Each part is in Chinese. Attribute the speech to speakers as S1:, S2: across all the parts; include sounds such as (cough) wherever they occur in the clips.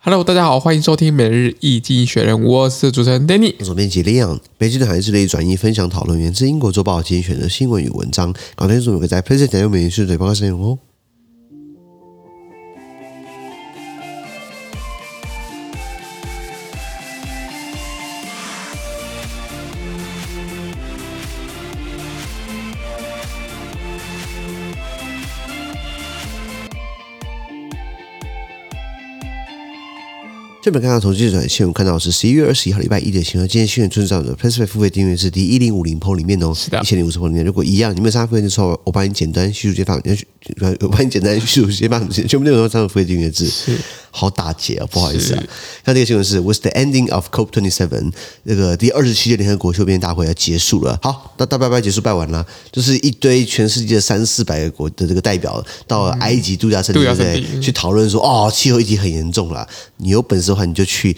S1: Hello，大家好，欢迎收听每日易经学人，我是主持人 Danny。
S2: 总编辑 Leon，每日的韩式类转译分享讨论源自英国《周报》精选的新闻与文章，港台主有个在 PlayStation 用美元数嘴报告使用哦。这本看到投资者新闻，看到是十一月二十一号礼拜一的新闻。今天新闻村长的 PlayStation 付费订阅是第一零五零 PO 里面哦，
S1: 是的
S2: 一千零五十 PO 里面。如果一样，你们有参加付费的时候，我帮你简单叙述解放，呃我帮你简单叙述解放，全部内容都上付费订阅制。好打结啊、不好意思啊。那这个新闻是 Was the ending of COP 2 7那个第二十七届联合国修编大会要结束了。好，那大拜拜结束拜完了，就是一堆全世界三四百个国的这个代表到了埃及度假胜地，
S1: 嗯度假
S2: 对不
S1: 胜地？
S2: 对去讨论说，哦，气候议题很严重啦，你有本事的话，你就去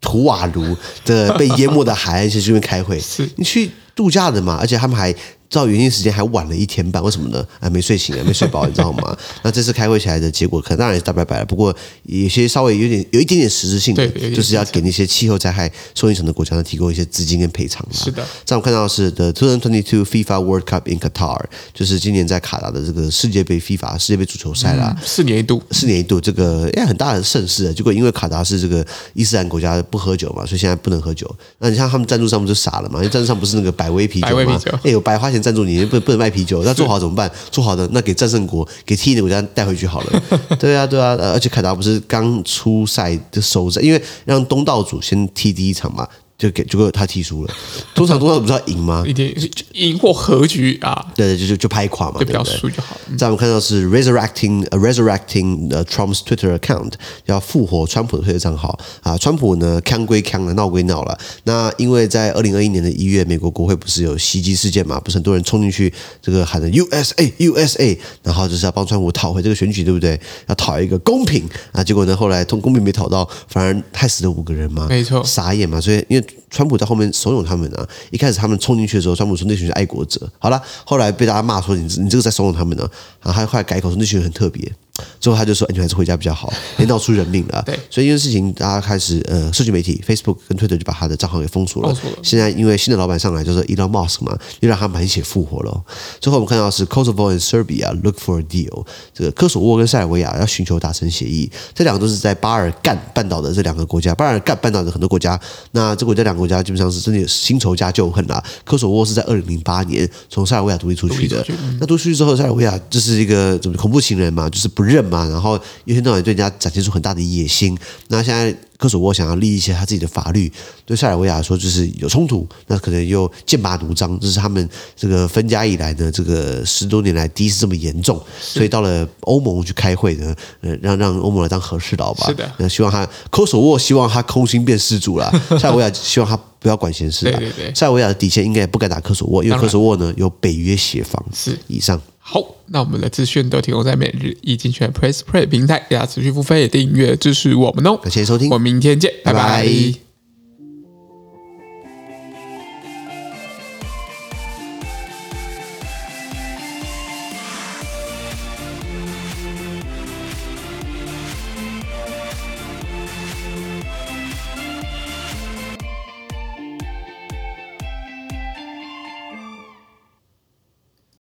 S2: 图瓦卢的被淹没的海岸线这边
S1: (laughs)
S2: 开会，你去度假的嘛，而且他们还。照原定时间还晚了一天半，为什么呢？啊，没睡醒啊，没睡饱，你知道
S1: (laughs)
S2: 吗？那这次开会起来的结果，可能当然也是大拜拜了。不过有些稍微有点有一点点实质性的
S1: 对有一，点
S2: 就是要给那些气候灾害受影响的国家呢提供一些资金跟赔偿啦。
S1: 是的，
S2: 在我们看到的是 The 2022 FIFA World Cup in Qatar，就是今年在卡达的这个世界杯 FIFA 世界杯足球赛啦。
S1: 啊四年一度，
S2: 四年一度这个哎很大的盛事，结果因为卡达是这个伊斯兰国家不喝酒嘛，所以现在不能喝酒。那你像他们赞助商不就傻了嘛？因为赞助商不是那个百威啤
S1: 百
S2: 酒
S1: 威啤
S2: 嘛
S1: 酒？
S2: 哎，有白花钱赞助你，不不能卖啤酒，那做好怎
S1: (laughs)
S2: 么办？做好的那给战胜国给 T 的国家带回去好了。对啊对啊，呃而且卡达不是刚出赛的首战，因为让东道主先踢第一场嘛。就给结果他踢输了，通常东道主不是要赢
S1: (laughs)
S2: 吗？
S1: 一定赢或和局啊，
S2: 对对，就就就拍垮嘛，
S1: 就
S2: 对
S1: 不
S2: 不
S1: 要
S2: 对？
S1: 输就好了。
S2: 在我们看到是 resurrecting、resurrecting uh, 呃 Trump's Twitter account，要复活川普的推特账号啊。川普呢，康归康了，闹归闹了。那因为在二零二一年的一月，美国国会不是有袭击事件嘛？不是很多人冲进去，这个喊着 USA USA，然后就是要帮川普讨回这个选举，对不对？要讨一个公平啊。结果呢，后来通公平没讨到，反而害死了五个人嘛。
S1: 没错
S2: 傻眼嘛。所以因为川普在后面怂恿他们啊，一开始他们冲进去的时候，川普说那群是爱国者。好了，后来被大家骂说你你这个在怂恿他们呢、啊，然后他后来改口说那群人很特别。最后他就说：“哎你还是回家比较好，
S1: (laughs)
S2: 别闹出人命了。”
S1: 对
S2: 所以因为事情，大家开始呃，社群媒体 Facebook 跟 Twitter 就把他的账号给封锁了。
S1: 封锁了
S2: 现在因为新的老板上来就是 Elon Musk 嘛，又让他们一起复活了哦。最后我们看到是 Kosovo and Serbia look for a deal，这个科索沃跟塞尔维亚要寻求达成协议。这两个都是在巴尔干半岛的这两个国家，巴尔干半岛的很多国家，那这国家两个国家基本上是真的有新仇加旧恨啦。科索沃是在二零零八年从塞尔维亚独立出去的，
S1: 嗯
S2: 那独立出去之后，塞尔维亚就是一个怎么恐怖情人嘛，就是不认嘛，然后一天到晚对人家展现出很大的野心。那现在科索沃想要立一些他自己的法律，对塞尔维亚来说就是有冲突，那可能又剑拔弩张，这是他们这个分家以来呢，这个十多年来第一次这么严重，所以到了欧盟去开会呢，呃，让让欧盟来当和事佬吧，
S1: 是的
S2: 那希望他科索沃希望他空心变
S1: (laughs)
S2: 失主啦，塞尔维亚希望他不要管闲事啦，
S1: 对对对
S2: 塞尔维亚的底线应该也不敢打科索沃，因为
S1: 当然
S2: 科索沃呢有北约协防，
S1: 是
S2: 以上。
S1: 好，那我们的资讯都提供在每日易经学人 Press Play 平台，大家持续付费订阅支持我们哦。
S2: 感谢收听
S1: 我们明天见，拜
S2: 拜
S1: 拜
S2: 拜